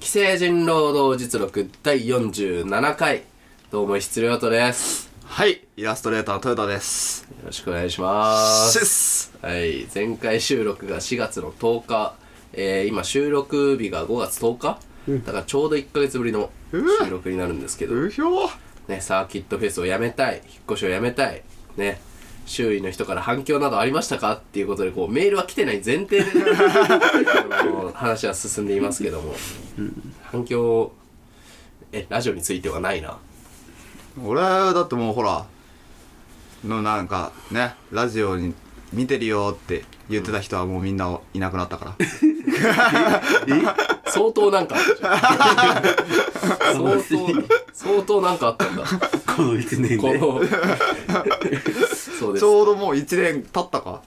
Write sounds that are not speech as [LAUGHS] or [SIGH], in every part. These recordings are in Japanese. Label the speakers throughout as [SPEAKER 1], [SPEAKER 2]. [SPEAKER 1] 成人労働実録第47回どうも質量とです
[SPEAKER 2] はい、イラストレーターのトヨタです。
[SPEAKER 1] よろしくお願いします
[SPEAKER 2] シス
[SPEAKER 1] はい前回収録が4月の10日、えー、今収録日が5月10日、だからちょうど1ヶ月ぶりの収録になるんですけど、
[SPEAKER 2] うひょー
[SPEAKER 1] ね、サーキットフェスをやめたい引っ越しをやめたいね周囲の人から反響などありましたかっていうことでこうメールは来てない前提で、ね、 [LAUGHS] あの話は進んでいますけども、反響えラジオについてはないな
[SPEAKER 2] 俺はだってもうほら、のなんかね、ラジオに見てるよって言ってた人はもうみんないなくなったから。
[SPEAKER 1] 相当なんかあったじゃん相当相当なんかあったんだ
[SPEAKER 3] この1年
[SPEAKER 1] こ
[SPEAKER 3] で
[SPEAKER 1] のそうで
[SPEAKER 2] ち
[SPEAKER 1] す
[SPEAKER 2] ょうどもう1年経ったか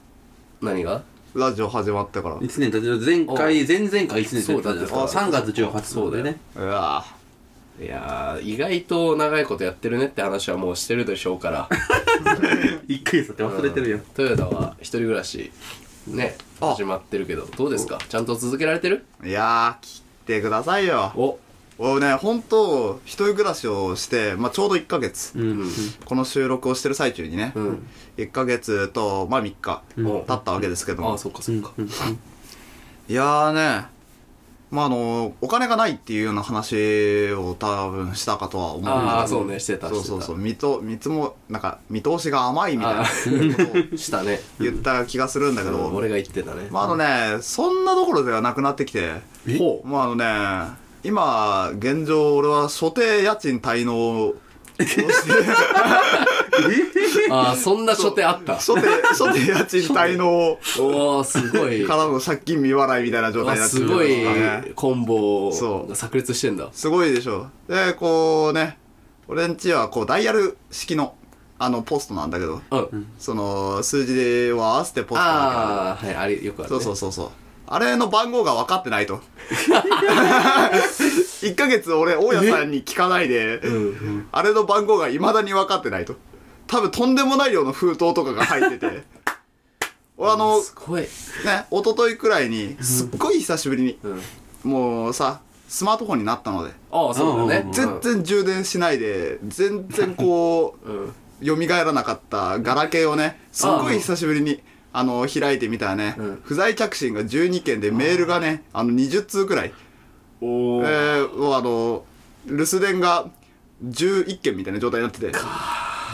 [SPEAKER 1] 何が
[SPEAKER 2] ラジオ始まってから。
[SPEAKER 3] 1年経って前回前々回1年経ってたじゃないです
[SPEAKER 1] そうだ
[SPEAKER 3] か
[SPEAKER 1] って
[SPEAKER 3] 3月18日
[SPEAKER 1] そうだよ
[SPEAKER 3] でね
[SPEAKER 2] うわ
[SPEAKER 1] いやー意外と長いことやってるねって話はもうしてるでしょうから
[SPEAKER 3] 1ヶ月経って忘れてるよ
[SPEAKER 1] トヨタは一人暮らしね
[SPEAKER 2] あ
[SPEAKER 1] 始まってるけどどうですかちゃんと続けられてる
[SPEAKER 2] ぁ。いやー、切ってくださいよ。
[SPEAKER 1] お
[SPEAKER 2] 俺ね、ほんと、一人暮らしをして、まあ、ちょうど1ヶ月。
[SPEAKER 3] うん
[SPEAKER 2] この収録をしてる最中にね、
[SPEAKER 1] ん
[SPEAKER 2] 1ヶ月と、まあ、3日経
[SPEAKER 1] お
[SPEAKER 2] ったわけですけども、
[SPEAKER 1] ああそっかそっか
[SPEAKER 2] いやーね、まああの、お金がないっていうような話を多分したかとは思うんだけど
[SPEAKER 1] ああそうねしてたして
[SPEAKER 2] そ
[SPEAKER 1] た
[SPEAKER 2] うそうそう、見と、見つも、なんか、見通しが甘いみたいなことを
[SPEAKER 1] したね
[SPEAKER 2] 言った気がするんだ
[SPEAKER 1] [LAUGHS]
[SPEAKER 2] けど、
[SPEAKER 1] 俺が言ってたね
[SPEAKER 2] まああのね、そんなどころではなくなってきて、
[SPEAKER 1] ほ
[SPEAKER 2] まああのね、今、現状俺は所定家賃滞納
[SPEAKER 1] [LAUGHS]
[SPEAKER 2] をして、
[SPEAKER 1] うああそんな初手あった
[SPEAKER 2] 所定、所定家賃
[SPEAKER 1] [LAUGHS]
[SPEAKER 2] 滞納
[SPEAKER 1] おおすご
[SPEAKER 2] [LAUGHS]
[SPEAKER 1] い
[SPEAKER 2] からの借金未払いみたいな状態
[SPEAKER 1] あ
[SPEAKER 2] になって
[SPEAKER 1] す
[SPEAKER 2] る
[SPEAKER 1] ごい
[SPEAKER 2] ね
[SPEAKER 1] コンボ
[SPEAKER 2] そ
[SPEAKER 1] が
[SPEAKER 2] う
[SPEAKER 1] 炸裂してんだ
[SPEAKER 2] すごいでしょ。で、こうね、俺んちはこうダイヤル式の、あの、ポストなんだけど、
[SPEAKER 1] うん
[SPEAKER 2] その、数字を合わせてポストなんだ
[SPEAKER 1] ああはいあれよくあ
[SPEAKER 2] け
[SPEAKER 1] る
[SPEAKER 2] ど、
[SPEAKER 1] ね
[SPEAKER 2] そうそうそうそう。あれの番号が分かってないと。1ヶ月俺、大家さんに聞かないで、あれの番号が未だに分かってないと。多分とんでもない量の封筒とかが入ってて。俺あの、
[SPEAKER 1] すごい
[SPEAKER 2] ね、一昨日くらいに、すっごい久しぶりに、
[SPEAKER 1] うん
[SPEAKER 2] もうさ、スマートフォンになったので、
[SPEAKER 1] ああそうだね
[SPEAKER 3] うん
[SPEAKER 2] 全然充電しないで全然こう
[SPEAKER 1] うん
[SPEAKER 2] 蘇らなかったガラケーをねすっご
[SPEAKER 1] ああ
[SPEAKER 2] い久しぶりにあの開いてみたらね、
[SPEAKER 1] うん
[SPEAKER 2] 不在着信が12件でメールがねあの20通くらい、
[SPEAKER 1] お
[SPEAKER 2] え
[SPEAKER 1] お
[SPEAKER 2] ー、あの留守電が11件みたいな状態になってて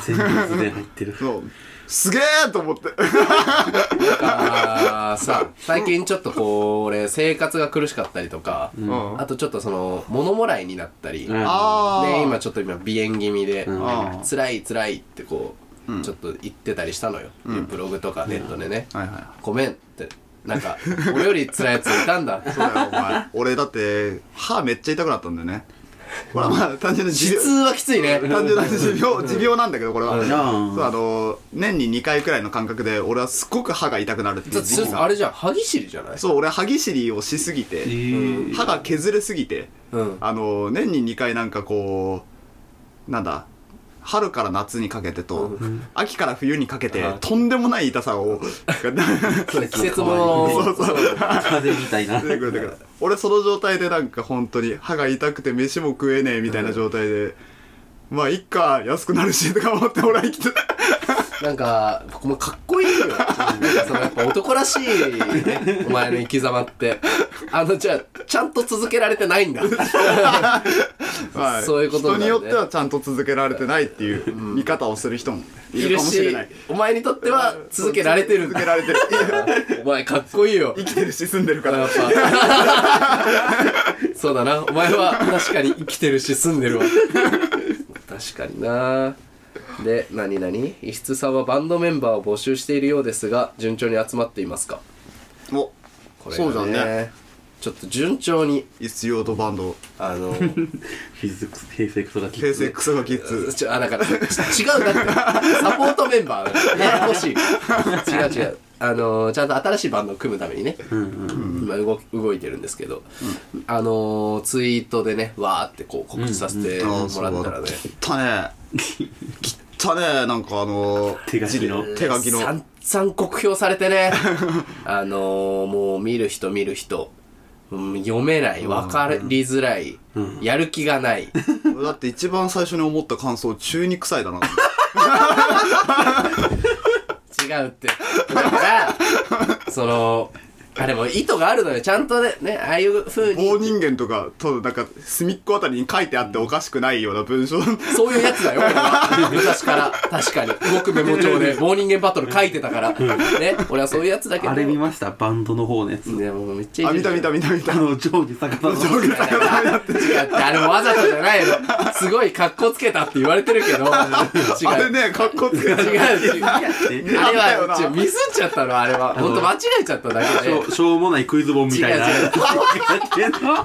[SPEAKER 3] 全部突然入ってる
[SPEAKER 2] そうすげえと思って
[SPEAKER 1] あーさ最近ちょっとこう俺生活が苦しかったりとか、
[SPEAKER 2] ん
[SPEAKER 1] あとちょっとその物もらいになったり、
[SPEAKER 3] うん
[SPEAKER 2] ああ
[SPEAKER 1] で今ちょっと今鼻炎気味で、
[SPEAKER 2] ん
[SPEAKER 1] 辛い辛いってこう、ちょっと言ってたりしたのよ、ブログとかネットでね、
[SPEAKER 2] はいは
[SPEAKER 1] ごめんってなんか [LAUGHS] 俺より辛いやついたんだ
[SPEAKER 2] いそうだよお前俺だって歯めっちゃ痛くなったんだよねこれはまあ単
[SPEAKER 1] [LAUGHS]
[SPEAKER 2] 純な
[SPEAKER 1] 普通はきついね
[SPEAKER 2] 単純な持病持病なんだけどこれは、
[SPEAKER 3] ん
[SPEAKER 2] そうあの年に2回くらいの感覚で俺はすっごく歯が痛くなるっていう時期
[SPEAKER 1] あ
[SPEAKER 2] が
[SPEAKER 1] れじゃん歯ぎしりじゃない
[SPEAKER 2] そう俺歯ぎしりをしすぎて、
[SPEAKER 3] ー
[SPEAKER 2] 歯が削れすぎて、
[SPEAKER 1] うん
[SPEAKER 2] あの年に2回なんかこうなんだ春から夏にかけてと、秋から冬にかけて、とんでもない痛さを
[SPEAKER 1] それ季節もの
[SPEAKER 2] そうそう
[SPEAKER 3] 風みたいな
[SPEAKER 2] [LAUGHS] 出てくれたから俺その状態でなんか本当に歯が痛くて飯も食えねえみたいな状態で、まあいっか安くなるしとか思って俺は生きてた
[SPEAKER 1] なんか僕もかっこいいよなんかそのやっぱ男らしい、ね、お前の生き様ってあのじゃあちゃんと続けられてないんだ
[SPEAKER 2] はい、
[SPEAKER 1] そういうこと
[SPEAKER 2] 人
[SPEAKER 1] にな
[SPEAKER 2] に
[SPEAKER 1] るね
[SPEAKER 2] よってはちゃんと続けられてないっていう見方をする人もい
[SPEAKER 1] い
[SPEAKER 2] る
[SPEAKER 1] る
[SPEAKER 2] かもしれ
[SPEAKER 1] し
[SPEAKER 2] ない。
[SPEAKER 1] お前にとっては続けられてるん
[SPEAKER 2] 続
[SPEAKER 1] だ
[SPEAKER 2] けられてる。 [LAUGHS]
[SPEAKER 1] お前かっこいいよ
[SPEAKER 2] 生きてるし住んでるか
[SPEAKER 1] や [LAUGHS]
[SPEAKER 2] ら
[SPEAKER 1] っ。ぱそうだなお前は確かに生きてるし住んでるわ確かになで何々石津さんはバンドメンバーを募集しているようですが順調に集まっていますか
[SPEAKER 2] お、
[SPEAKER 1] これが
[SPEAKER 2] そうじゃんね。
[SPEAKER 1] ちょっと順調に
[SPEAKER 2] 必要とバンド、
[SPEAKER 1] あの
[SPEAKER 3] フィズックス平成クソガキ
[SPEAKER 2] 平成クソガキッズ。
[SPEAKER 1] ちょあだからち違うだってサポートメンバーだからややこしい違う違うあのちゃんと新しいバンドを組むためにね、今動き動いてるんですけど、あのツイートでねわーってこう告知させて
[SPEAKER 2] あ
[SPEAKER 1] も
[SPEAKER 2] あ、そう
[SPEAKER 1] ら
[SPEAKER 2] だ。
[SPEAKER 1] ったらね、
[SPEAKER 2] 汚ねえ。汚ねえ、なんかあの
[SPEAKER 3] 手書きの
[SPEAKER 2] 手書きの。
[SPEAKER 1] 散々酷評されてねあのー、もう見る人見る人うん読めない、わかりづらい、やる気がない。
[SPEAKER 2] だって一番最初に思った感想、中に臭い [LAUGHS] だな。
[SPEAKER 1] 違うって。だから、その、あ、でも意図があるのよ。ちゃんとね、ね、ああいう風に
[SPEAKER 2] 棒、人間とか、と、なんか、隅っこあたりに書いてあっておかしくないような文章。
[SPEAKER 1] そういうやつだよ、俺は。昔から、確かに。動くメモ帳で、モーニングバトル書いてたから。ね、俺はそういうやつだけど。
[SPEAKER 3] あれ見ましたバンドの方のやつ。
[SPEAKER 1] ね、もうめっちゃ
[SPEAKER 2] あ、
[SPEAKER 1] いじ
[SPEAKER 2] 見
[SPEAKER 1] る
[SPEAKER 2] た見た見た見た
[SPEAKER 3] あ。の、上下逆さの。上下
[SPEAKER 1] 違って、あれもわざとじゃないの。すごい格好つけたって言われてるけど、違う。
[SPEAKER 2] あれね、かっこつけ
[SPEAKER 1] 違
[SPEAKER 2] て。
[SPEAKER 1] う違う。あれ
[SPEAKER 2] あったよな
[SPEAKER 1] は、ちょミスっちゃったの、あれは。ほんと間違えちゃっただけで。
[SPEAKER 3] しょしょうもないクイズ本みたいな。
[SPEAKER 1] 違う違う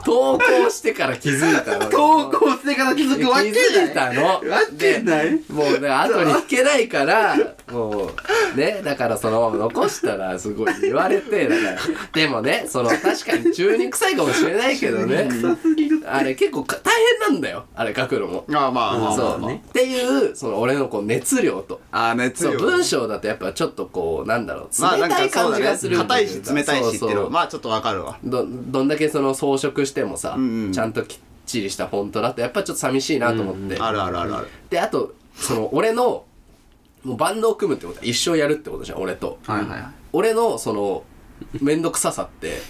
[SPEAKER 1] 投稿してから気づいたの。
[SPEAKER 3] 投稿してから気づ
[SPEAKER 1] 気
[SPEAKER 3] くわけない
[SPEAKER 1] づいたの。
[SPEAKER 3] わけない
[SPEAKER 1] でもうね、後に引けないから、もう、ね、だからそのまま残したら、すごい言われて、だ
[SPEAKER 2] [LAUGHS]
[SPEAKER 1] から。でもね、その、確かに中に臭いかもしれないけどね。
[SPEAKER 3] 臭すぎる。
[SPEAKER 1] あれ結構か大変なんだよ。あれ書くのも。
[SPEAKER 2] あ、 [LAUGHS] まあまあま
[SPEAKER 1] そ
[SPEAKER 2] あ
[SPEAKER 1] う
[SPEAKER 2] ま
[SPEAKER 1] ね。っていう、その俺のこう熱量と。
[SPEAKER 2] あ。あ、熱
[SPEAKER 1] そう、
[SPEAKER 2] 量。
[SPEAKER 1] 文章だとやっぱちょっとこう、なんだろう、
[SPEAKER 2] まあ
[SPEAKER 1] 冷
[SPEAKER 2] なん
[SPEAKER 1] た
[SPEAKER 2] か
[SPEAKER 1] い
[SPEAKER 2] そ
[SPEAKER 1] 感
[SPEAKER 2] うだ
[SPEAKER 1] じがする
[SPEAKER 2] ね。
[SPEAKER 1] んだ
[SPEAKER 2] 硬
[SPEAKER 1] よ
[SPEAKER 2] いし冷たいしっていう
[SPEAKER 1] そう
[SPEAKER 2] の
[SPEAKER 1] そ
[SPEAKER 2] は、
[SPEAKER 1] う
[SPEAKER 2] まあちょっとわかるわ。
[SPEAKER 1] ど、どんだけその装飾してもさ、
[SPEAKER 2] んうん
[SPEAKER 1] ちゃんときっちりしたフォントだとやっぱちょっと寂しいなと思って。
[SPEAKER 2] あるあるあるある。
[SPEAKER 1] で、あと、その俺の、もうバンドを組むってことは一生やるってことじゃん、俺と。
[SPEAKER 3] はいはい。
[SPEAKER 1] 俺の、その、めんどくささって、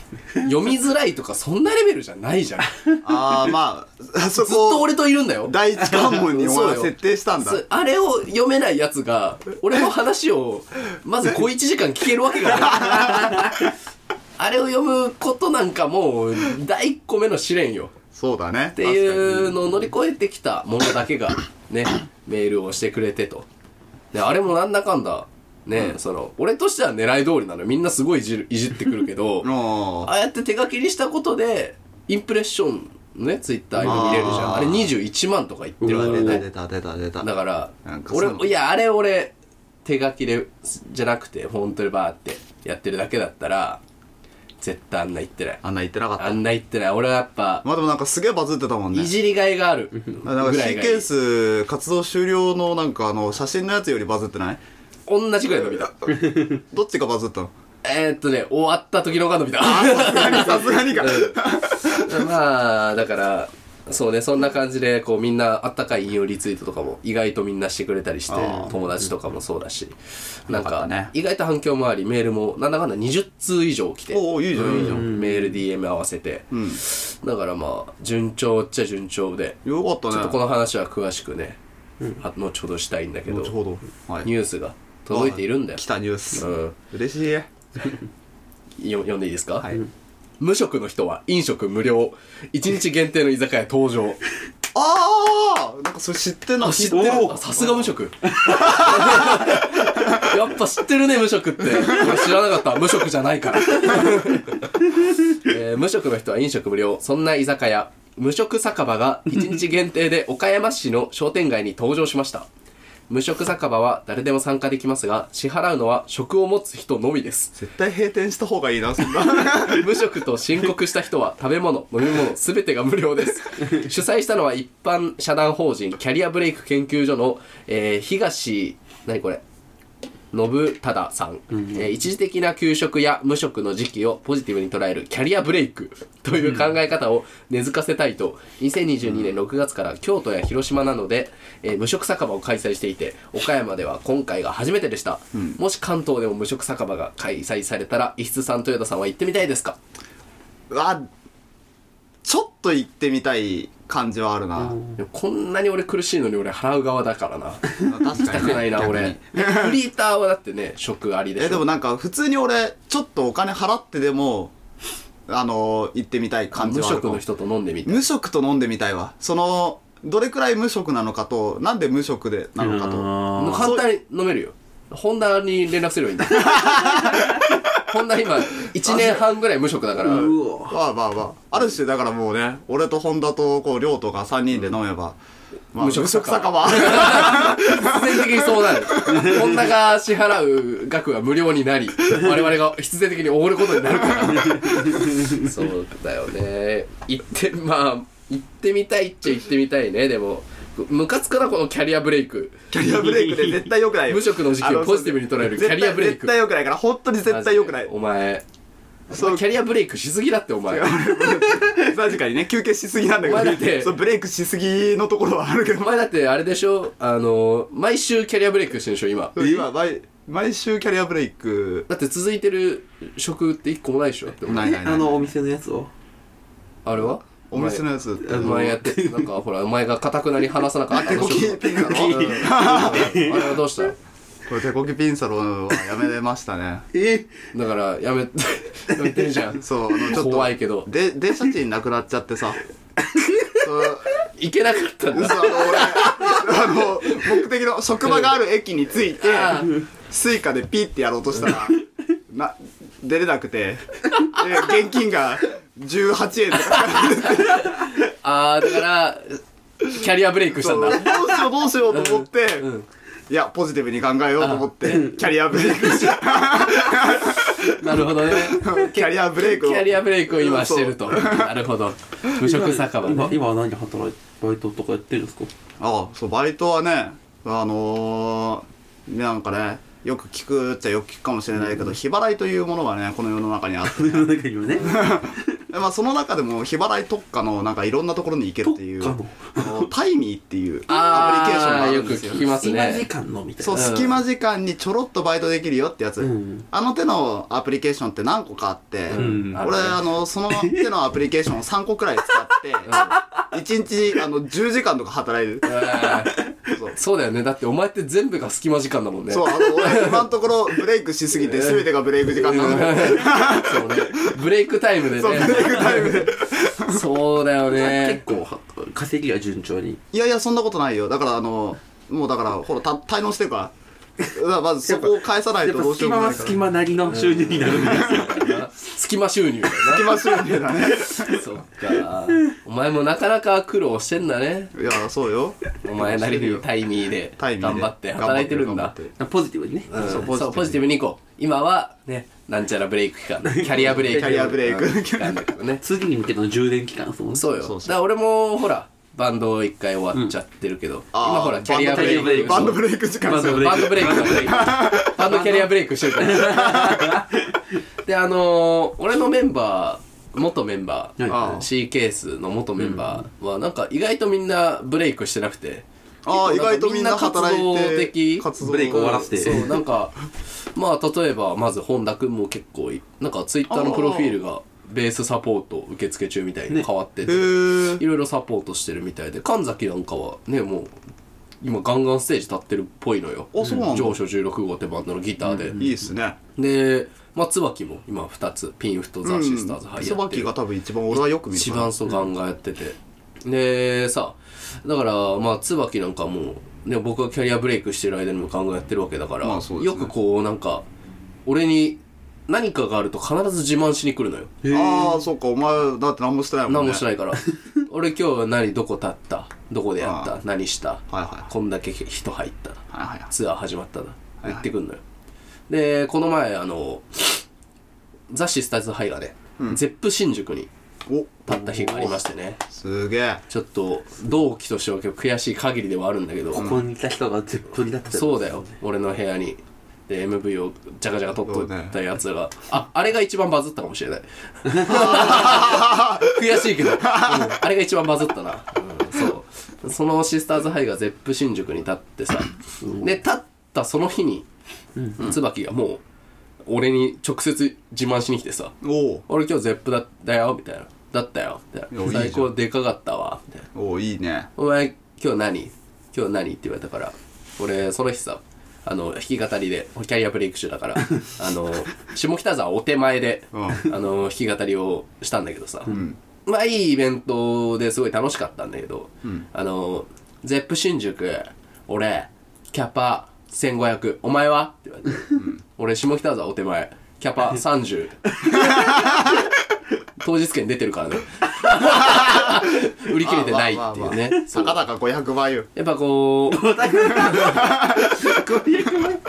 [SPEAKER 1] 読みづらいとかそんなレベルじゃないじゃん。ず
[SPEAKER 2] ああ、まあ、そ
[SPEAKER 1] っと
[SPEAKER 2] こを
[SPEAKER 1] 俺といるんだよ。
[SPEAKER 2] 第一関門に俺は設定したん
[SPEAKER 1] [LAUGHS]
[SPEAKER 2] だ
[SPEAKER 1] そ。うあれを読めないやつが俺の話をまず小1時間聞けるわけがないあれを読むことなんかもう第1個目の試練よ
[SPEAKER 2] そうだね。っ
[SPEAKER 1] っていうのを乗り越えてきたものだけがねメールをしてくれてとであれもなんだかんだね、その俺としては狙い通りなのよみんなすごいいじるいじってくるけど
[SPEAKER 2] [LAUGHS] の
[SPEAKER 1] ああやって手書きにしたことでインプレッションのねツイッターに見れるじゃん
[SPEAKER 2] あー
[SPEAKER 1] あれ21万とかいってるわけ
[SPEAKER 2] 出
[SPEAKER 1] ね
[SPEAKER 2] た出た出た出た。
[SPEAKER 1] だから
[SPEAKER 2] なんかその
[SPEAKER 1] 俺いやあれ俺手書きでじゃなくてフォントでバーってやってるだけだったら絶対あんな言ってない
[SPEAKER 2] あんな言ってなかっ
[SPEAKER 1] あ
[SPEAKER 2] た。
[SPEAKER 1] んな言ってない俺はやっぱ
[SPEAKER 2] まあでもなんかすげえバズってたもんね
[SPEAKER 1] い。じりがいがある
[SPEAKER 2] だから
[SPEAKER 1] ぐらい
[SPEAKER 2] シー
[SPEAKER 1] が
[SPEAKER 2] ケ
[SPEAKER 1] いい
[SPEAKER 2] ンス活動終了のなんかあの写真のやつよりバズってない
[SPEAKER 1] 同じぐらい伸びた
[SPEAKER 2] どっちがバズったの
[SPEAKER 1] えーっとね終わった時の方が伸びた
[SPEAKER 2] さすがにか。
[SPEAKER 1] [LAUGHS] まあだからそうねそんな感じでこうみんなあったかい引用リツイートとかも意外とみんなしてくれたりして
[SPEAKER 2] あー
[SPEAKER 1] 友達とかもそうだしなん
[SPEAKER 2] よか
[SPEAKER 1] か
[SPEAKER 2] ったね
[SPEAKER 1] 意外と反響もありメールもなんだかんだ20通以上来て
[SPEAKER 2] おお、いいじゃんいいじゃん。
[SPEAKER 1] メール DM 合わせて、
[SPEAKER 2] ん
[SPEAKER 1] だからまあ順調っちゃ順調で
[SPEAKER 2] よか
[SPEAKER 1] ち
[SPEAKER 2] っ
[SPEAKER 1] ょったと
[SPEAKER 2] ね。
[SPEAKER 1] この話は詳しくね、あ後ほどしたいんだけど
[SPEAKER 2] 後ほど。はい。
[SPEAKER 1] ニュースが届いているんだよ
[SPEAKER 2] 来、たニュース。
[SPEAKER 1] うん、
[SPEAKER 2] 嬉しい。
[SPEAKER 1] よ読んでいいですか、
[SPEAKER 2] はい。
[SPEAKER 1] 無職の人は飲食無料1日限定の居酒屋登場
[SPEAKER 2] ああなんかそれ知ってんな。
[SPEAKER 1] 知ってる
[SPEAKER 3] おー
[SPEAKER 1] あさすが無 [LAUGHS] 職やっぱ知ってるね無職って俺知らなかった無職じゃないから、えー無職の人は飲食無料そんな居酒屋無職酒場が1日限定で岡山市の商店街に登場しました無職酒場は誰でも参加できますが支払うのは職を持つ人のみです
[SPEAKER 2] 絶対閉店した方がいいな、そんな。
[SPEAKER 1] [LAUGHS] 無職と申告した人は食べ物飲み物すべてが無料です主催したのは一般社団法人キャリアブレイク研究所の、えー東何これ信忠さん、えー一時的な休職や無職の時期をポジティブに捉えるキャリアブレイクという考え方を根付かせたいと2022年6月から京都や広島などで、えー無職酒場を開催していて岡山では今回が初めてでした、もし関東でも無職酒場が開催されたら石津さん豊田さんは行ってみたいですか
[SPEAKER 2] あ、ちょっと行ってみたい感じはあるな。
[SPEAKER 1] でもこんなに俺苦しいのに俺払う側だからな
[SPEAKER 2] 確
[SPEAKER 1] 行きたくないな
[SPEAKER 2] 逆に
[SPEAKER 1] 俺えフリーターはだってね職ありでしょ
[SPEAKER 2] えでもなんか普通に俺ちょっとお金払ってでもあの行ってみたい感じ
[SPEAKER 1] 無
[SPEAKER 2] はある
[SPEAKER 1] 職
[SPEAKER 2] かも
[SPEAKER 1] の人と飲んでみて
[SPEAKER 2] 無職と飲んでみたいわそのどれくらい無職なのかとなんで無職でなのかと
[SPEAKER 3] あ
[SPEAKER 1] 簡単に飲めるよホンダに連絡すればいいんだホンダ今1年半ぐらい無職だから
[SPEAKER 3] ーうわ。
[SPEAKER 2] まあまあまあある種だからもうね俺と本田とこう亮とか3人で飲めば、まあ、
[SPEAKER 1] 無
[SPEAKER 2] 無
[SPEAKER 1] 職
[SPEAKER 2] 職
[SPEAKER 1] 酒
[SPEAKER 2] 酒
[SPEAKER 1] 場
[SPEAKER 2] 場
[SPEAKER 1] 必然的にそうなるホンダが支払う額は無料になり我々が必然的におごることになるから [LAUGHS] そうだよね行ってまあ行ってみたいっちゃ行ってみたいねでもムカつくなこのキャリアブレイク
[SPEAKER 2] [LAUGHS] キャリアブレイクで絶対 [LAUGHS] 良くないよ
[SPEAKER 1] 無職の時期をポジティブに捉えるキャリアブレイク
[SPEAKER 2] 絶対絶対良くないから本当に絶対良くない
[SPEAKER 1] マジでお前そ
[SPEAKER 2] そう
[SPEAKER 1] キャリアブレイクしすぎだってお前お
[SPEAKER 2] 確かにね休憩しすぎなんだけど
[SPEAKER 1] お前だって
[SPEAKER 2] そうブレイクしすぎのところはあるけど
[SPEAKER 1] 前だってあれでしょあの毎週キャリアブレイクしてるでしょ今
[SPEAKER 2] 今毎毎週キャリアブレイク
[SPEAKER 1] だって続いてる職って一個もないでしょだって
[SPEAKER 2] ないないない
[SPEAKER 3] あのお店のやつを
[SPEAKER 1] あれは
[SPEAKER 2] お店のやつだ
[SPEAKER 1] お
[SPEAKER 2] って
[SPEAKER 1] 前お前やってなんかほらお前がかたくなに話さなかった
[SPEAKER 2] 手
[SPEAKER 1] で
[SPEAKER 2] こ
[SPEAKER 1] し
[SPEAKER 2] き
[SPEAKER 1] ょ
[SPEAKER 2] ピンサロ
[SPEAKER 1] うんあれはどうした
[SPEAKER 2] [LAUGHS] これ手こきピンサロはやめれましたね
[SPEAKER 3] え
[SPEAKER 1] だからやめ [LAUGHS] やめてるじゃん
[SPEAKER 2] そうあのちょっと
[SPEAKER 1] 怖いけど
[SPEAKER 2] で電車賃なくなっちゃって [LAUGHS] さそう
[SPEAKER 1] 行けなかったんだ
[SPEAKER 2] 嘘あの俺あの目的の職場がある駅に着いてスイカでピッてやろうとしたらな出れなくてで現金が18円とか
[SPEAKER 1] ああだからキャリアブレイクした
[SPEAKER 2] そ
[SPEAKER 1] ん
[SPEAKER 2] うどう
[SPEAKER 1] だ
[SPEAKER 2] しようどうしようと思って、
[SPEAKER 1] うん
[SPEAKER 2] いやポジティブに考えようと思ってキャリアブレイクし
[SPEAKER 1] なるほどね [LAUGHS]
[SPEAKER 2] キャリアブレイク
[SPEAKER 1] キ
[SPEAKER 2] を
[SPEAKER 1] ャリアブレイクを今してるとなるほど無職酒場
[SPEAKER 3] 今
[SPEAKER 1] ね
[SPEAKER 3] 今は何働いてバイトとかやってるんですか
[SPEAKER 2] ああそうバイトはねあのー、なんかねよく聞くっちゃよく聞くかもしれないけど日払いというものがねこの世の中にあって
[SPEAKER 3] 世の中にはね
[SPEAKER 2] でまあ、その中でも日払い特化のなんかいろんなところに行けっていう
[SPEAKER 3] 特化の
[SPEAKER 2] あのタイミーっていうアプリケーションが
[SPEAKER 1] あ
[SPEAKER 2] あ
[SPEAKER 1] あ
[SPEAKER 2] る
[SPEAKER 1] よ
[SPEAKER 2] ん
[SPEAKER 1] く
[SPEAKER 2] ですよ
[SPEAKER 1] 聞きます
[SPEAKER 3] 今時
[SPEAKER 1] ね
[SPEAKER 3] 間のみたい
[SPEAKER 2] そう
[SPEAKER 3] な
[SPEAKER 1] うん
[SPEAKER 2] 隙間時間にちょろっとバイトできるよってやつ、
[SPEAKER 3] うん
[SPEAKER 2] あの手のアプリケーションって何個かあって、
[SPEAKER 3] ん
[SPEAKER 2] 俺あのその手のアプリケーションを3個くらい使って、1日あの10時間とか働いてる
[SPEAKER 1] うん
[SPEAKER 2] そう
[SPEAKER 1] そうだよねだってお前って全部が隙間時間だもんね
[SPEAKER 2] そうあの俺今のところブレイクしすぎて全てがブレイク時間なので、
[SPEAKER 1] そうねブレイクタイムでね
[SPEAKER 2] そうブレイクタイムで
[SPEAKER 1] そうだよ
[SPEAKER 3] 結
[SPEAKER 1] ね
[SPEAKER 3] 構は稼ぎは順調に
[SPEAKER 2] いやいや、そんなことないよ。だから、あの、もうだから、ほら、た滞納してるから。だからまずそこを返さない
[SPEAKER 3] やっ
[SPEAKER 2] とど
[SPEAKER 3] ぱ
[SPEAKER 2] うし
[SPEAKER 3] 隙
[SPEAKER 2] よう
[SPEAKER 3] 間
[SPEAKER 2] もな
[SPEAKER 3] はい
[SPEAKER 2] から。
[SPEAKER 3] 隙間なりの収入になるんですよ
[SPEAKER 1] 隙間収入だよな
[SPEAKER 2] 隙間収入だね。
[SPEAKER 1] そっか。お前もなかなか苦労してんだね。
[SPEAKER 2] いや、そうよ。
[SPEAKER 1] お前なりにタイミーで
[SPEAKER 2] タイ
[SPEAKER 1] 頑
[SPEAKER 2] ミーで
[SPEAKER 1] 張って働いてるんだ。
[SPEAKER 2] 頑張って
[SPEAKER 3] ポジティブにね
[SPEAKER 1] うん
[SPEAKER 2] そ
[SPEAKER 1] そうう
[SPEAKER 2] ポジティブに
[SPEAKER 1] ポジティブに行こう。今はね、なんちゃらブレイク期間、キャリアブレイク。
[SPEAKER 2] [LAUGHS] キャリアブレイク
[SPEAKER 1] うん期間だけどね。
[SPEAKER 3] 次に向けての充電期間そうね
[SPEAKER 1] そうよ。
[SPEAKER 2] そうそう
[SPEAKER 1] だから俺もほら、バンド一回終わっちゃってるけど、
[SPEAKER 2] あー
[SPEAKER 1] 今ほら、キャリアブレイク。
[SPEAKER 2] バンドブレイク時間
[SPEAKER 1] バンドブレイク。バンドブレイク。バンドキャリアブレイクしてるから。で、あのー、俺のメンバー、元メンバー、
[SPEAKER 2] ああ
[SPEAKER 1] C ケースの元メンバーはなんか意外とみんなブレイクしてなくて
[SPEAKER 2] ああ、意
[SPEAKER 1] 結構
[SPEAKER 2] 外とみんな働い
[SPEAKER 1] 活動
[SPEAKER 2] て、
[SPEAKER 1] 的
[SPEAKER 2] 活
[SPEAKER 3] ブレイク終わらせて
[SPEAKER 1] そうなんかまあ例えばまず本田君も結構いなんかツイッターのプロフィールがベースサポート受付中みたいに変わってて、
[SPEAKER 2] へー
[SPEAKER 1] いろいろサポートしてるみたいで神崎なんかはねもう今ガンガンステージ立ってるっぽいのよ
[SPEAKER 2] あそうなんだ
[SPEAKER 1] 上昇16号ってバンドのギターで、
[SPEAKER 2] いいっすね。
[SPEAKER 1] で、まあ、椿も今2つピンフとザ・シスターズ入って
[SPEAKER 2] 椿が多分一番俺はよく見る
[SPEAKER 1] 一
[SPEAKER 2] から。
[SPEAKER 1] 番そうガンガンやってて、でさだからまあ椿なんかもう、ね、僕がキャリアブレイクしてる間にもガンガンやってるわけだから、
[SPEAKER 2] まあそうです
[SPEAKER 1] よ
[SPEAKER 2] ね
[SPEAKER 1] くこうなんか俺に何かがあると必ず自慢しに来るのよ
[SPEAKER 2] ああ、そうか、お前、だって何もしてないもんね。
[SPEAKER 1] 何もして
[SPEAKER 2] ない。
[SPEAKER 1] ないから俺今日何どこ立ったどこでやっ
[SPEAKER 2] あ
[SPEAKER 1] た何した
[SPEAKER 2] はいはい
[SPEAKER 1] こんだけ人入った
[SPEAKER 2] はいはい。
[SPEAKER 1] ツアー始まったな
[SPEAKER 2] はい
[SPEAKER 1] 言ってくんのよ、でこの前あのザ・シスターズ・ハイがね、ゼップ新宿に
[SPEAKER 2] お
[SPEAKER 1] 立った日がありましてね
[SPEAKER 2] すげえ。
[SPEAKER 1] ちょっと同期としては結構悔しい限りではあるんだけど、
[SPEAKER 3] ここにいた人が絶プになってた
[SPEAKER 1] そうだよ俺の部屋にで MV をジャカジャカ撮っとったやつが、ああれが一番バズったかもしれ
[SPEAKER 2] [LAUGHS]
[SPEAKER 1] ない悔しいけど、うんあれが一番バズったな、うんそうそのシスターズハイがゼップ新宿に立ってさで立ったその日に、椿がもう俺に直接自慢しに来てさ、
[SPEAKER 2] おう
[SPEAKER 1] 俺今日ゼップだったよみたいなだったよみたい
[SPEAKER 2] いやいい
[SPEAKER 1] な
[SPEAKER 2] じゃん
[SPEAKER 1] 最高でかかったわみたいな
[SPEAKER 2] おういいね。
[SPEAKER 1] お前今日何今日何って言われたから俺その日さあの弾き語りで俺キャリアブレイク中だからあの下北沢お手前で、
[SPEAKER 2] うん
[SPEAKER 1] あの弾き語りをしたんだけどさ、まあいいイベントですごい楽しかったんだけど、あの「ゼップ新宿俺キャパ1500お前は?」って言われて、俺下北沢お手前キャパ30当日券出てるからね売り切れてないっていうねそ
[SPEAKER 2] た
[SPEAKER 1] う
[SPEAKER 2] かだか500倍よ。
[SPEAKER 1] やっぱこう、
[SPEAKER 3] 500倍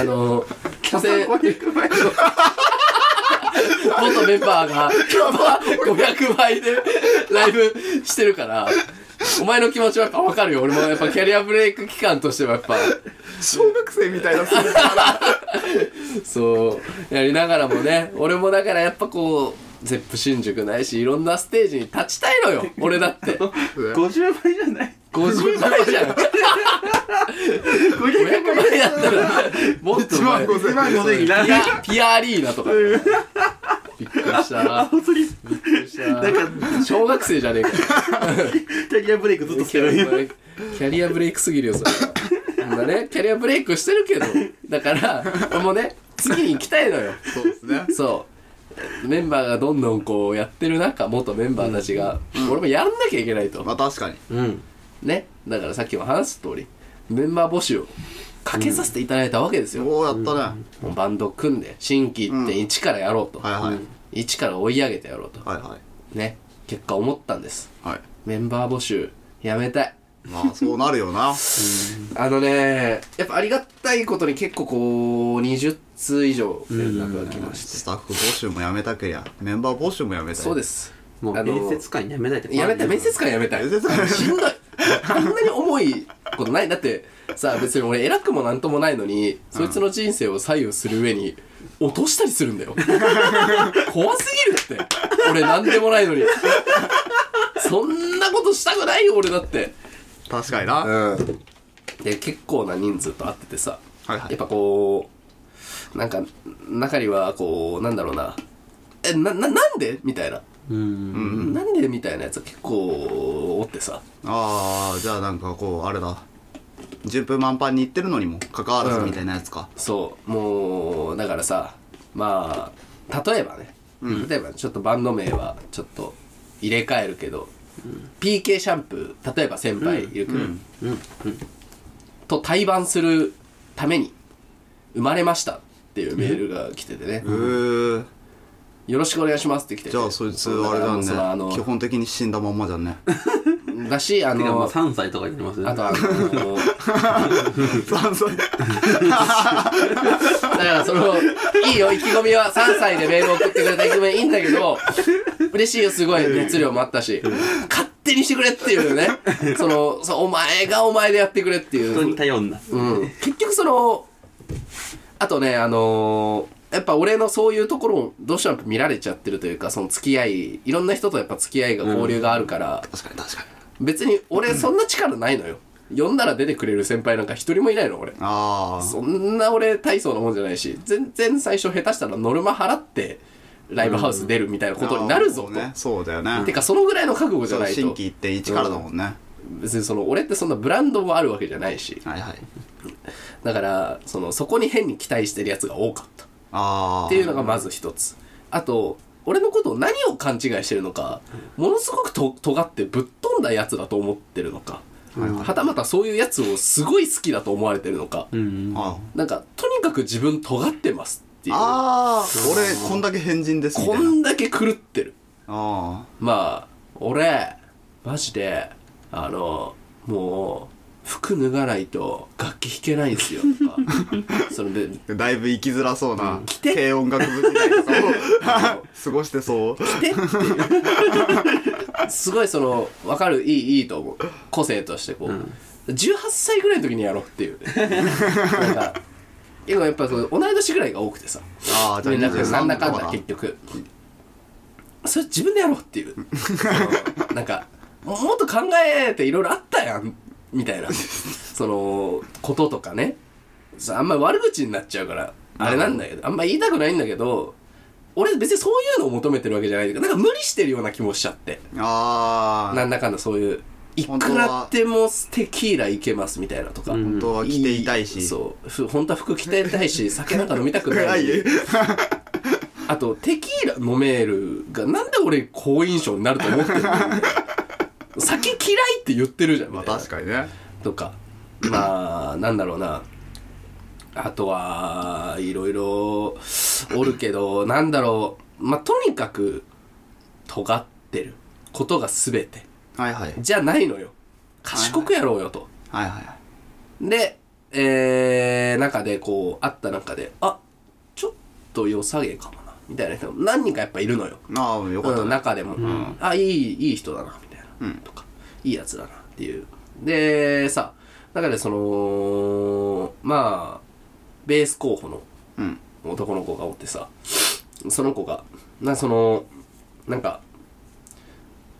[SPEAKER 1] あの、所詮、
[SPEAKER 3] 500倍
[SPEAKER 1] 元メンバーが、500倍でライブしてるから、お前の気持ちはやっぱ分かるよ俺もやっぱキャリアブレイク期間としてはやっぱ
[SPEAKER 2] 小学生みたいなスーパー
[SPEAKER 1] そうやりながらもね俺もだからやっぱこうゼップ新宿ないしいろんなステージに立ちたいのよ俺だって
[SPEAKER 3] 50倍じゃない
[SPEAKER 1] 50倍じゃん500倍だったらもっと
[SPEAKER 2] 1
[SPEAKER 1] 前
[SPEAKER 2] 万5千
[SPEAKER 3] 5でいら
[SPEAKER 1] ピ
[SPEAKER 3] ない
[SPEAKER 1] アピアアリーナとかびっくりしたな
[SPEAKER 3] 本当に
[SPEAKER 1] びっくりしたな
[SPEAKER 3] なんか
[SPEAKER 1] 小学生じゃねえか
[SPEAKER 3] キャリアブレイクずっとし
[SPEAKER 1] キ
[SPEAKER 3] て
[SPEAKER 1] ャ
[SPEAKER 3] る
[SPEAKER 1] リア
[SPEAKER 3] よ
[SPEAKER 1] ブレイクキャリアブレイクすぎるよそれはそんなねキャリアブレイクしてるけどだから俺もね次に行きたいのよ
[SPEAKER 2] そうですね
[SPEAKER 1] そうメンバーがどんどんこうやってる中元メンバーたちが、俺もやんなきゃいけないと、
[SPEAKER 2] まあ確かに
[SPEAKER 3] うん
[SPEAKER 1] ねだからさっきも話した通りメンバー募集をかけさせていただいたわけですよ、
[SPEAKER 2] おおやったね
[SPEAKER 1] もうバンド組んで新規行って一からやろうと、
[SPEAKER 2] はいはい
[SPEAKER 1] 一から追い上げてやろうと
[SPEAKER 2] はいはい
[SPEAKER 1] ね結果思ったんです
[SPEAKER 2] はい
[SPEAKER 1] メンバー募集やめたい
[SPEAKER 2] まあそうなるよな
[SPEAKER 1] あのねやっぱありがたいことに結構こう20通以上連絡が来まして
[SPEAKER 2] スタッフ募集もやめたけりゃメンバー募集もやめた
[SPEAKER 1] そうですす
[SPEAKER 3] もう
[SPEAKER 1] あの
[SPEAKER 3] 面接官やめないって
[SPEAKER 1] やめたい面接官やめたい
[SPEAKER 2] 面接官
[SPEAKER 1] しんどいあんなに重いことないだってさ別に俺偉くもなんともないのに、そいつの人生を左右する上に落としたりする [LAUGHS] んだよ怖すぎるって俺なんでもないのにそんなことしたくないよ俺だって
[SPEAKER 2] 確かにな
[SPEAKER 1] うんで結構な人数と会っててさ
[SPEAKER 2] はいは
[SPEAKER 1] やっ
[SPEAKER 2] い
[SPEAKER 1] ぱこうなんか中にはこうなんだろうなえなななんでみたいな
[SPEAKER 3] うん
[SPEAKER 1] なんでみたいなやつは結構おってさ
[SPEAKER 2] ああじゃあなんかこうあれだ順風満帆に行ってるのにも関わらずみたいなやつか
[SPEAKER 1] そうもうだからさまあ例えばね、例えばちょっとバンド名はちょっと入れ替えるけど、PK シャンプー例えば先輩いるけど、と対バンするために生まれましたっていうメールが来ててね、
[SPEAKER 2] へー
[SPEAKER 1] よろしくお願いしますって来てて
[SPEAKER 2] じゃあそいつあれだ
[SPEAKER 1] そのあ
[SPEAKER 2] ね
[SPEAKER 1] の
[SPEAKER 2] 基本的に死んだまんまじゃん [LAUGHS] ね
[SPEAKER 1] だしあ
[SPEAKER 3] てかもう
[SPEAKER 1] の
[SPEAKER 3] 3歳とかになりますよね
[SPEAKER 1] あとあの
[SPEAKER 2] 3歳
[SPEAKER 1] だからそのいいよ意気込みは3歳でメール送ってくれた意気込みはいいんだけど嬉しいよすごい熱量もあったし勝手にしてくれっていうねそのそうお前がお前でやってくれってい
[SPEAKER 3] 人
[SPEAKER 1] う
[SPEAKER 3] に、頼んだ
[SPEAKER 1] うん、結局そのあとねあのやっぱ俺のそういうところをどうしてもやっぱ見られちゃってるというかその付き合いいろんな人とやっぱ付き合いが交流があるから、
[SPEAKER 2] 確かに確かに
[SPEAKER 1] 別に俺そんな力ないのよ呼んだら出てくれる先輩なんか一人もいないの俺
[SPEAKER 2] ああ
[SPEAKER 1] そんな俺大層なもんじゃないし全然最初下手したらノルマ払ってライブハウス出るみたいなことになるぞと、
[SPEAKER 2] ねそうだよ
[SPEAKER 1] て
[SPEAKER 2] ね
[SPEAKER 1] かそのぐらいの覚悟じゃ
[SPEAKER 2] そう
[SPEAKER 1] ない
[SPEAKER 2] 新
[SPEAKER 1] と
[SPEAKER 2] 規って一からだもんね
[SPEAKER 1] 別にその俺ってそんなブランドもあるわけじゃないし
[SPEAKER 2] はいはい
[SPEAKER 1] だからそのそこに変に期待してるやつが多かったっ
[SPEAKER 2] ああ
[SPEAKER 1] ていうのがまず一つあと俺のことを何を勘違いしてるのかものすごくと尖ってぶっ飛んだやつだと思ってるのかはたまたそういうやつをすごい好きだと思われてるのか
[SPEAKER 3] うん
[SPEAKER 2] あー
[SPEAKER 1] なんかとにかく自分尖ってますっていう
[SPEAKER 2] あー俺こんだけ変人ですみた
[SPEAKER 1] こ
[SPEAKER 2] いなん
[SPEAKER 1] だけ狂ってる
[SPEAKER 2] あ
[SPEAKER 1] まあ俺マジであのもう服脱がないと楽器弾けないんですよとかそので
[SPEAKER 2] あだいぶ生きづらそうな
[SPEAKER 1] 来て
[SPEAKER 2] 軽音楽部時代とかを過ごしてそう
[SPEAKER 1] すごいその分かるいいいいと思う個性としてこう、18歳ぐらいの時にやろうっていうなんか今やっぱその同い年ぐらいが多くてさ
[SPEAKER 2] ああじゃあ
[SPEAKER 1] 連絡なんだかん
[SPEAKER 2] 23
[SPEAKER 1] だ
[SPEAKER 2] と
[SPEAKER 1] 結局それ自分でやろうっていうそのなんかももっと考えていろいろあったやんみたいなそのこととかねそうあんまり悪口になっちゃうからあれなんだけどあんま言いたくないんだけど俺別にそういうのを求めてるわけじゃないけどなんか無理してるような気もしちゃって
[SPEAKER 2] あ
[SPEAKER 1] な
[SPEAKER 2] あ
[SPEAKER 1] んだかんだそういうい
[SPEAKER 2] 本当
[SPEAKER 1] く
[SPEAKER 2] は
[SPEAKER 1] らでもテキーラいけますみたいなとか、
[SPEAKER 2] 本当は来ていたいし
[SPEAKER 1] そうふ本当は服着てたい [LAUGHS] し酒なんか飲みたくな
[SPEAKER 2] 暗
[SPEAKER 1] い
[SPEAKER 2] [LAUGHS] い
[SPEAKER 1] あとテキーラ飲めるがなんで俺好印象になると思 [LAUGHS] ってるの酒嫌いって言ってるじゃんみ
[SPEAKER 2] まあ
[SPEAKER 1] たいな
[SPEAKER 2] 確かにね
[SPEAKER 1] とかまあなんだろうなあとはいろいろおるけどなんだろうまあとにかく尖ってることが全て
[SPEAKER 2] はいはい
[SPEAKER 1] じゃないのよ賢くやろうよと。
[SPEAKER 2] はいはい
[SPEAKER 1] で、えー、中でこう、会った中で、あ、ちょっと良さげかもな、みたいな人も何人かやっぱいるのよ。
[SPEAKER 2] ああよかった
[SPEAKER 1] うん、
[SPEAKER 2] ね
[SPEAKER 1] 中でも、あ、いい、いい人だな、みたいな。とか、いいやつだなっていう。で、さ、中でその、まあ、ベース候補の
[SPEAKER 2] うん
[SPEAKER 1] 男の子がおってさ、その子が、なんかその、なんか、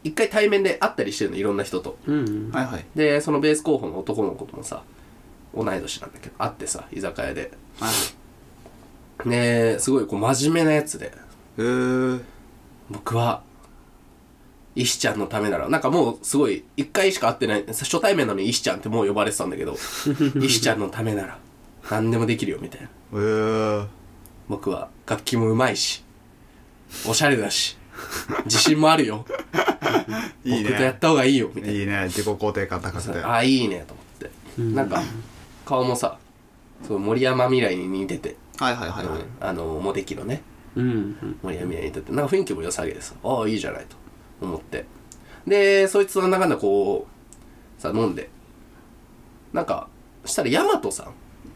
[SPEAKER 1] 一回対面で会ったりしてるの、いろんな人と。
[SPEAKER 3] うん
[SPEAKER 2] はいはい
[SPEAKER 1] で、そのベース候補の男の子ともさ、同い年なんだけど、会ってさ、居酒屋で。
[SPEAKER 2] はい
[SPEAKER 1] ねすごいこう真面目なやつで、
[SPEAKER 2] へー
[SPEAKER 1] 僕は石ちゃんのためならなんかもうすごい一回しか会ってない初対面なのに石ちゃんってもう呼ばれてたんだけ
[SPEAKER 2] [LAUGHS]
[SPEAKER 1] ど石ちゃんのためなら何でもできるよみたいな
[SPEAKER 2] へー
[SPEAKER 1] 僕は楽器もうまいしおしゃれだし自信もあるよ
[SPEAKER 2] [LAUGHS] いい
[SPEAKER 1] 僕とや
[SPEAKER 2] ね
[SPEAKER 1] った方がいいよみたい
[SPEAKER 2] いいね自己肯定感高く
[SPEAKER 1] な
[SPEAKER 2] て
[SPEAKER 1] ああいいねと思って、なんか顔もさそう森山未来に似てて、
[SPEAKER 2] はいはいはいはい
[SPEAKER 1] あのモテキのね
[SPEAKER 3] うん
[SPEAKER 1] 森山未来にとってなんか雰囲気も良さげですああいいじゃないと思ってでそいつの中でこうさ飲んでなんかしたらヤマトさ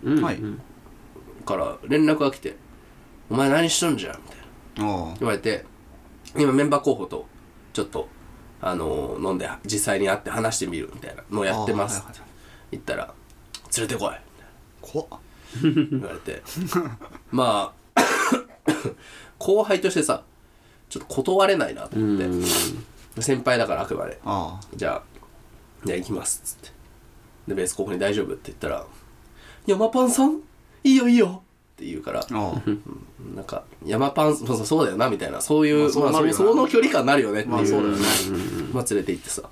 [SPEAKER 1] ん
[SPEAKER 3] うん
[SPEAKER 2] はい
[SPEAKER 1] から連絡が来て「お前何しとんじゃん」みたいな
[SPEAKER 2] おう
[SPEAKER 1] 言われて今メンバー候補とちょっとあのー飲んで実際に会って話してみるみたいなのをやってます
[SPEAKER 2] あーはいはいはい
[SPEAKER 1] 言ったら「連れてこい」
[SPEAKER 2] 怖っ
[SPEAKER 1] 言われてまあ [COUGHS] 後輩としてさちょっと断れないなと思って、先輩だからあくまで
[SPEAKER 2] あ
[SPEAKER 1] じゃあじゃあ行きますっつってでベースここに大丈夫って言ったら「山パンさんいいよいいよ」って言うから
[SPEAKER 2] あおう
[SPEAKER 1] なんか「山パンそうそうそうだよな」みたいなそういう,、まあ
[SPEAKER 2] まあそうなるよな
[SPEAKER 1] そその距離感になるよねっていう,、
[SPEAKER 2] まあそうだよね
[SPEAKER 1] まあ連れて行ってさ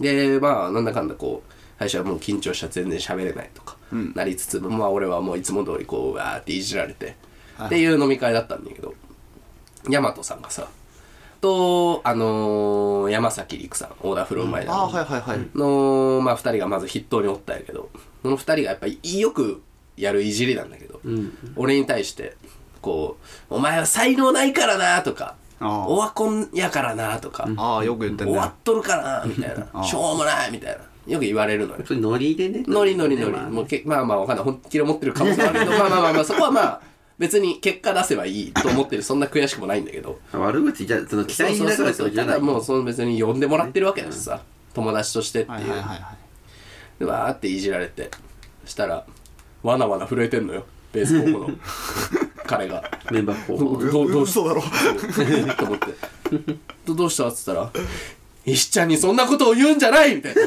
[SPEAKER 1] でまあなんだかんだこう最初はもう緊張しちゃって全然喋れないとか、
[SPEAKER 2] うん
[SPEAKER 1] なりつつもまあ俺はもういつも通りこうわーっていじられて、
[SPEAKER 2] はい
[SPEAKER 1] っていう飲み会だったんだけど大和さんがさとあのー山崎陸さんオーダーフローマイナー
[SPEAKER 2] あ
[SPEAKER 1] の、
[SPEAKER 2] はいはいはい
[SPEAKER 1] の、まあ、二人がまず筆頭におったんやけどその二人がやっぱりよくやるいじりなんだけど、俺に対してこう「お前は才能ないからな」とか「
[SPEAKER 2] あー
[SPEAKER 1] オワコンやからな」とか「
[SPEAKER 2] ああよく言ってん
[SPEAKER 1] 終
[SPEAKER 2] ね
[SPEAKER 1] わっとるからな」みたい
[SPEAKER 2] あ
[SPEAKER 1] な「
[SPEAKER 2] ー
[SPEAKER 1] しょうもない」みたいなよく言われるのよ。
[SPEAKER 3] それノリでね
[SPEAKER 1] ノリノリノリ、
[SPEAKER 3] まあ
[SPEAKER 1] もうけまあまあわかんない本気で思ってる可能性はあるけどまあまあまあまあそこはまあ別に結果出せばいいと思ってるそんな悔しくもないんだけど
[SPEAKER 3] 悪口じゃその期待になるわけ
[SPEAKER 1] そうそうそう
[SPEAKER 3] じゃ
[SPEAKER 1] た
[SPEAKER 3] な
[SPEAKER 1] だ
[SPEAKER 3] い
[SPEAKER 1] もうその別に呼んでもらってるわけだしさ友達としてって
[SPEAKER 2] はい
[SPEAKER 1] い
[SPEAKER 2] は
[SPEAKER 1] う
[SPEAKER 2] いはいはい
[SPEAKER 1] でわーっていじられてしたらわなわな震えてんのよベース高 [LAUGHS] 校の彼が
[SPEAKER 3] メンバー候
[SPEAKER 1] ど
[SPEAKER 3] 補
[SPEAKER 1] どどうし
[SPEAKER 2] 嘘だろ [LAUGHS]
[SPEAKER 1] たと思ってどどうしたっつったら「石ちゃんにそんなことを言うんじゃない!」みたいな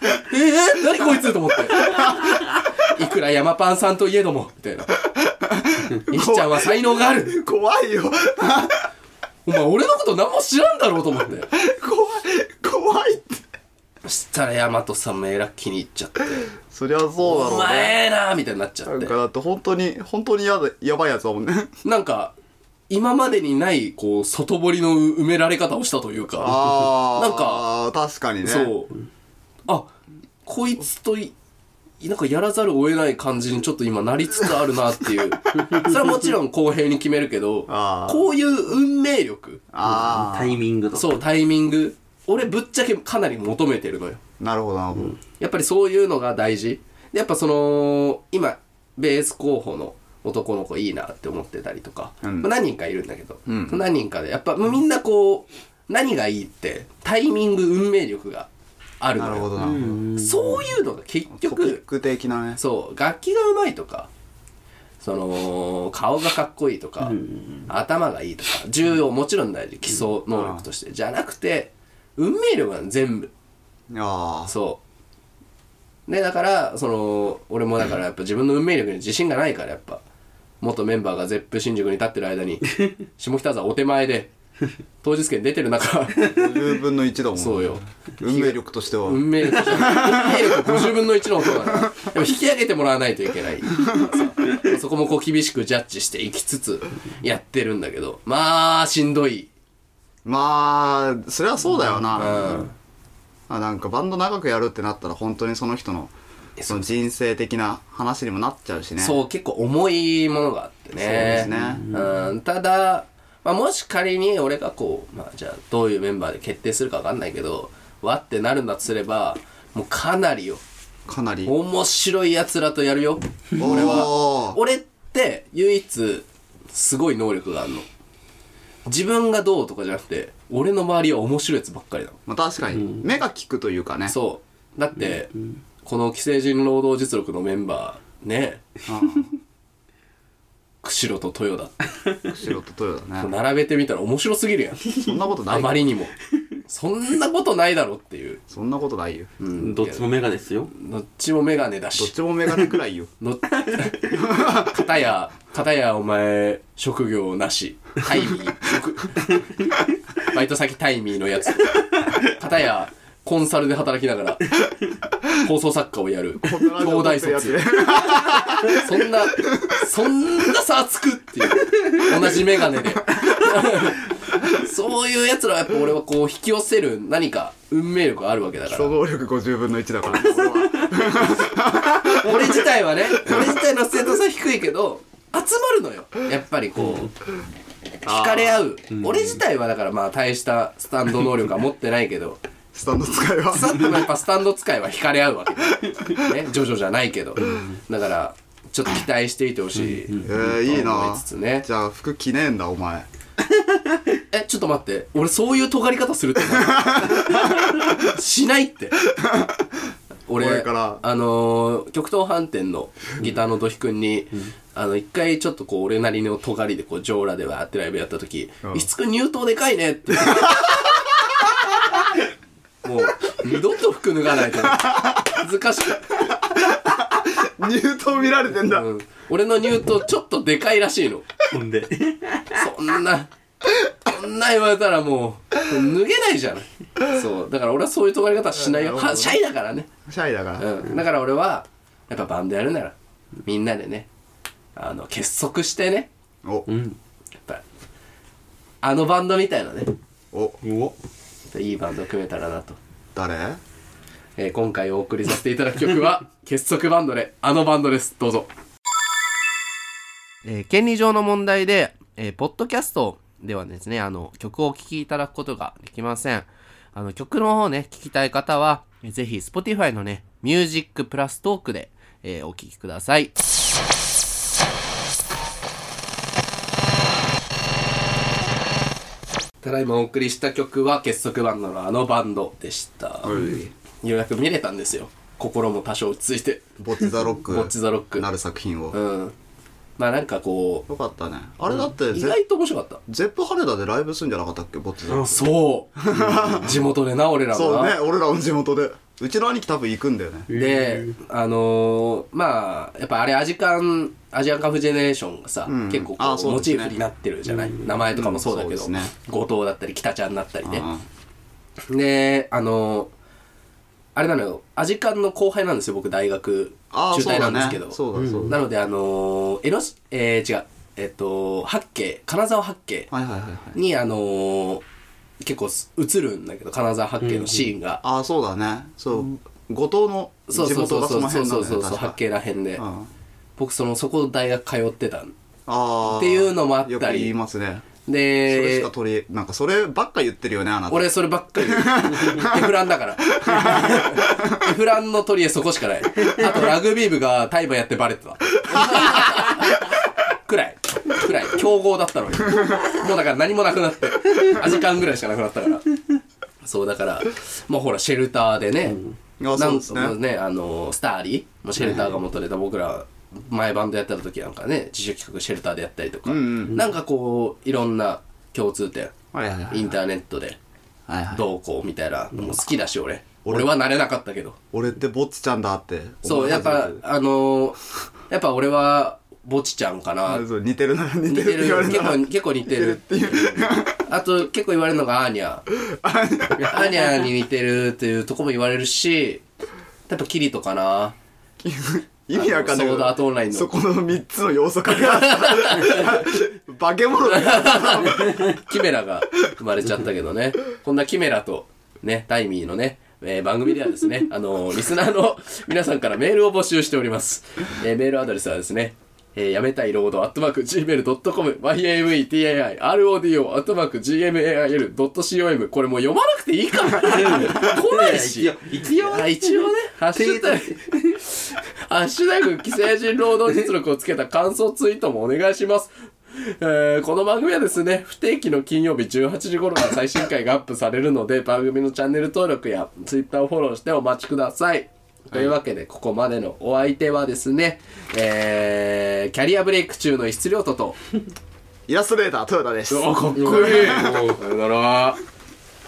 [SPEAKER 1] 「えー、何こいつ!」と思って「いくら山パンさんといえども」みたいな「石ちゃんは才能がある
[SPEAKER 2] 怖いよ [LAUGHS]
[SPEAKER 1] お前俺のこと何も知らんだろ」うと思って
[SPEAKER 2] 怖い怖いって
[SPEAKER 1] そしたら大和さんもえらく気に入っちゃって
[SPEAKER 2] そり
[SPEAKER 1] 「
[SPEAKER 2] ゃそうだ
[SPEAKER 1] お
[SPEAKER 2] ろうね
[SPEAKER 1] 前な」みたいになっちゃ
[SPEAKER 2] な
[SPEAKER 1] っ
[SPEAKER 2] ん
[SPEAKER 1] て
[SPEAKER 2] かだって本当に本当にやだやばいやつだもんね
[SPEAKER 1] [LAUGHS] なんか、今までにない、こう、外堀の埋められ方をしたというか、
[SPEAKER 2] あ
[SPEAKER 1] なんか
[SPEAKER 2] あ確かにね
[SPEAKER 1] そう。あ、こいつとい、なんかやらざるを得ない感じにちょっと今なりつつあるなって
[SPEAKER 2] [LAUGHS]
[SPEAKER 1] いう。それはもちろん公平に決めるけど
[SPEAKER 2] あ、ー
[SPEAKER 1] こういう運命力、
[SPEAKER 2] あ
[SPEAKER 3] タイミングとか
[SPEAKER 1] そう、タイミング、俺ぶっちゃけかなり求めてるのよ。
[SPEAKER 2] あなるほどなるほど、
[SPEAKER 1] やっぱりそういうのが大事。でやっぱその、今、ベース候補の男の子いいなって思ってたりとか、
[SPEAKER 2] うん
[SPEAKER 1] まあ何人かいるんだけど、
[SPEAKER 2] うん
[SPEAKER 1] 何人かで、やっぱみんなこう、何がいいって、タイミング、運命力があるのよ
[SPEAKER 2] なるほどなるほど、
[SPEAKER 1] そういうのが結
[SPEAKER 2] トピ
[SPEAKER 1] 局
[SPEAKER 2] ッ、ク的なね
[SPEAKER 1] そう、楽器がうまいとか、その、顔がかっこいいとか、頭がいいとか、重要、もちろん大事、基礎能力として、じゃなくて、運命力なん全部。
[SPEAKER 2] ああ
[SPEAKER 1] そうねだからその俺もだからやっぱ自分の運命力に自信がないからやっぱ元メンバーがゼップ新宿に立ってる間に下北沢お手前で当日券出てる中
[SPEAKER 2] 10分の1だもん
[SPEAKER 1] そうよ
[SPEAKER 2] 運命力としては、
[SPEAKER 1] 運命力運命力50分の1の音だからやっぱ引き上げてもらわないといけないさそこもこう厳しくジャッジしていきつつやってるんだけどまあしんどい
[SPEAKER 2] まあそりゃそうだよな、
[SPEAKER 1] うん
[SPEAKER 2] あなんかバンド長くやるってなったら本当にその人の
[SPEAKER 1] え
[SPEAKER 2] その人生的な話にもなっちゃうしね
[SPEAKER 1] そう結構重いものがあってね
[SPEAKER 2] そうですね
[SPEAKER 1] うん、ただ、まあ、もし仮に俺がこう、まあ、じゃあどういうメンバーで決定するか分かんないけどわってなるんだとすればもうかなりよ
[SPEAKER 2] かなり
[SPEAKER 1] 面白いやつらとやるよ俺は
[SPEAKER 2] は
[SPEAKER 1] 俺って唯一すごい能力があるの自分がどうとかじゃなくて俺の周りは面白いやつばっかりなの
[SPEAKER 2] まあ確かに、目が利くというかね
[SPEAKER 1] そうだって、この既成人労働実力のメンバーね釧路と豊田って
[SPEAKER 2] うん白と豊だね
[SPEAKER 1] 並べてみたら面白すぎるやん
[SPEAKER 2] そんなことない
[SPEAKER 1] あまりにもそんなことないだろっていう、
[SPEAKER 2] そんなことないよ
[SPEAKER 1] うん
[SPEAKER 3] どっちもメガですよ。
[SPEAKER 1] どっちもメガネだ
[SPEAKER 2] どっ
[SPEAKER 1] し
[SPEAKER 2] ちもメガネくら
[SPEAKER 1] [LAUGHS]
[SPEAKER 2] いよ
[SPEAKER 1] の片や片やお前職業なしタイミー職バイト先タイミーのやつ片やコンサルで働きながら放送作家をやる兄弟卒そんなそんな差つくっていう同じ眼鏡で [LAUGHS] そういうやつらはやっぱ俺はこう引き寄せる何か運命力があるわけだから
[SPEAKER 2] 総合力50分の1だからね俺は
[SPEAKER 1] 俺自体はね俺自体の正当性低いけど集まるのよやっぱりこう惹かれ合う俺自体はだからまあ大したスタンド能力は持ってないけど
[SPEAKER 2] スタンド使い
[SPEAKER 1] [LAUGHS]
[SPEAKER 2] は
[SPEAKER 1] さっとやっぱスタンド使いは惹かれ合うわけねジョジョじゃないけどだからちょっと期待していてほしい
[SPEAKER 2] えー、いい
[SPEAKER 1] 思
[SPEAKER 2] ない
[SPEAKER 1] つつね
[SPEAKER 2] じゃあ服着ねえんだお前
[SPEAKER 1] えちょっと待って俺そういう尖り方するって思
[SPEAKER 2] [LAUGHS]
[SPEAKER 1] うしないって俺
[SPEAKER 2] これから
[SPEAKER 1] あのー極東飯店のギターの土肥くんに、あの一回ちょっとこう俺なりの尖りでこう上裸でわーってライブやった時「
[SPEAKER 2] うん
[SPEAKER 1] 石津くん入刀でかいね」って
[SPEAKER 2] [LAUGHS]
[SPEAKER 1] もう二度と服脱がないと思う恥ずかしくて
[SPEAKER 2] ニュートン見られてんだ、
[SPEAKER 1] うん俺の入刀ちょっとでかいらしいの
[SPEAKER 3] ほんで。
[SPEAKER 1] そんな、そんな言われたらもう、脱げないじゃない。そう。だから俺はそういう尖り方はしないよ。
[SPEAKER 2] なるほど
[SPEAKER 1] はシャイだからね。
[SPEAKER 2] シャイだから、
[SPEAKER 1] うん。だから俺は、やっぱバンドやるなら、みんなでね、あの、結束してね、
[SPEAKER 2] お
[SPEAKER 3] うん。
[SPEAKER 1] やっぱ、あのバンドみたいなね、
[SPEAKER 2] お
[SPEAKER 3] うお。
[SPEAKER 1] いいバンド組めたらなと。
[SPEAKER 2] 誰
[SPEAKER 1] えー今回お送りさせていただく曲 [LAUGHS] は、結束バンドで、あのバンドです。どうぞ。えー権利上の問題で、えーポッドキャストではですね、あの、曲をお聴きいただくことができません。あの、曲の方ね、聴きたい方は、えーぜひ、Spotify のね、ミュージックプラストークで、えーお聴きください。ただいまお送りした曲は、結束バンドのあのバンドでした。
[SPEAKER 2] はい
[SPEAKER 1] ようやく見れたんですよ。心も多少落ち着いて、
[SPEAKER 2] ボッチザロック
[SPEAKER 1] ボッチザロック
[SPEAKER 2] なる作品を、
[SPEAKER 1] うん。まあなんかこ
[SPEAKER 2] よかったねあれだって
[SPEAKER 1] う、意
[SPEAKER 2] ゼ
[SPEAKER 1] 外と面白かった。
[SPEAKER 2] ゼップ羽田でライブするんじゃなかったっけボッチザロック
[SPEAKER 1] そう。
[SPEAKER 2] [LAUGHS]
[SPEAKER 1] 地元でな、俺ら
[SPEAKER 2] そう
[SPEAKER 1] は
[SPEAKER 2] ね
[SPEAKER 1] な。
[SPEAKER 2] 俺らの地元でうちの兄貴多分行くんだよね
[SPEAKER 1] で、あのー、まあ、やっぱあれアジカン、アジアンカンフジェネレーションがさ、
[SPEAKER 2] うん
[SPEAKER 1] 結構こう
[SPEAKER 2] あそう
[SPEAKER 1] モ
[SPEAKER 2] です
[SPEAKER 1] チ
[SPEAKER 2] ね
[SPEAKER 1] ーフになってるじゃない、名前とかもそうだけど、
[SPEAKER 2] うんそうですね
[SPEAKER 1] 後藤だったり、北ちゃんだったりね。
[SPEAKER 2] あ
[SPEAKER 1] で、あのー、あれなのよ、アジカンの後輩なんですよ、僕、大学、
[SPEAKER 2] あ
[SPEAKER 1] 中
[SPEAKER 2] ーそう
[SPEAKER 1] 退な
[SPEAKER 2] だ
[SPEAKER 1] んです
[SPEAKER 2] ね
[SPEAKER 1] けど。
[SPEAKER 2] そうだそうだ
[SPEAKER 1] なので、あのー、江ノ島、えー、違う、えっと、八景、金沢八景
[SPEAKER 2] はいはいはいはい
[SPEAKER 1] に、あのー、結構す映るんだけど、金沢八景のシーンが。
[SPEAKER 2] ああそうだねそう後藤の
[SPEAKER 1] そう
[SPEAKER 2] 地
[SPEAKER 1] そうそ
[SPEAKER 2] 元
[SPEAKER 1] う
[SPEAKER 2] が
[SPEAKER 1] そ
[SPEAKER 2] そうの
[SPEAKER 1] そう
[SPEAKER 2] 辺な
[SPEAKER 1] そ
[SPEAKER 2] ん
[SPEAKER 1] う
[SPEAKER 2] だ
[SPEAKER 1] そ
[SPEAKER 2] よ
[SPEAKER 1] う
[SPEAKER 2] ね確
[SPEAKER 1] 八
[SPEAKER 2] か
[SPEAKER 1] 景らへんで、
[SPEAKER 2] うん
[SPEAKER 1] 僕そのそこ大学通ってたん
[SPEAKER 2] ああ
[SPEAKER 1] っていうのもあったり
[SPEAKER 2] よく言いますねそれし
[SPEAKER 1] で
[SPEAKER 2] か取りなんかそればっか言ってるよねあなた
[SPEAKER 1] 俺そればっかり言うエフランだからエフランの取り柄そこしかないあとラグビー部がタイバやってバレてたくらいくらい強豪だったのにもうだから何もなくなってアジカンぐらいしかなくなったからそうだからもうほらシェルターでね、
[SPEAKER 2] あそうですね
[SPEAKER 1] なんねあのスターリーもシェルターが元ネタ僕ら前バンドやってた時なんかね自主企画シェルターでやったりとか、
[SPEAKER 2] うんう
[SPEAKER 1] なんかこういろんな共通点
[SPEAKER 2] はいはいは
[SPEAKER 1] イ
[SPEAKER 2] い
[SPEAKER 1] ンターネットで
[SPEAKER 2] はいはい
[SPEAKER 1] どうこうみたいなのも好きだし俺
[SPEAKER 2] 俺
[SPEAKER 1] 俺はなれなかったけど
[SPEAKER 2] 俺ってぼっちちゃんだって
[SPEAKER 1] そうやっぱあのーやっぱ俺はぼちちゃんかな
[SPEAKER 2] あそう似てるな似て
[SPEAKER 1] 似
[SPEAKER 2] る
[SPEAKER 1] て
[SPEAKER 2] って
[SPEAKER 1] る
[SPEAKER 2] 言われ
[SPEAKER 1] 結
[SPEAKER 2] たら
[SPEAKER 1] 構結構似てる
[SPEAKER 2] 似てるっていう
[SPEAKER 1] あと結構言われるのがアー
[SPEAKER 2] [LAUGHS]
[SPEAKER 1] ニャアーニャに似てるっていうとこも言われるしやっぱキリトかな
[SPEAKER 2] 意味わかんないけど
[SPEAKER 1] ソードアートオンラインの
[SPEAKER 2] そこの3つの要素から化け物だよ
[SPEAKER 1] キメラが生まれちゃったけどね。こんなキメラと、ね、タイミーのね、えー番組ではですね、あのーリスナーの皆さんからメールを募集しております。えーメールアドレスはですね、えーやめたいロード、アットマーク、gmail.com、yametai, rodo, アットマーク、gmail.com。これもう読まなくて [LAUGHS] いいから。来ないし。
[SPEAKER 3] 一応、一応
[SPEAKER 1] あ一応ね、ハッシュタグ、 [LAUGHS] ハッシュタグ、既成人労働実力をつけた感想ツイートもお願いします。えーこの番組はですね、不定期の金曜日18時頃から最新回がアップされるので、番組のチャンネル登録や Twitter をフォローしてお待ちください。というわけで、ここまでのお相手はですね、えーキャリアブレイク中の質量とと、
[SPEAKER 2] イラストレーター、トヨタです。
[SPEAKER 1] おかっこいいさよなら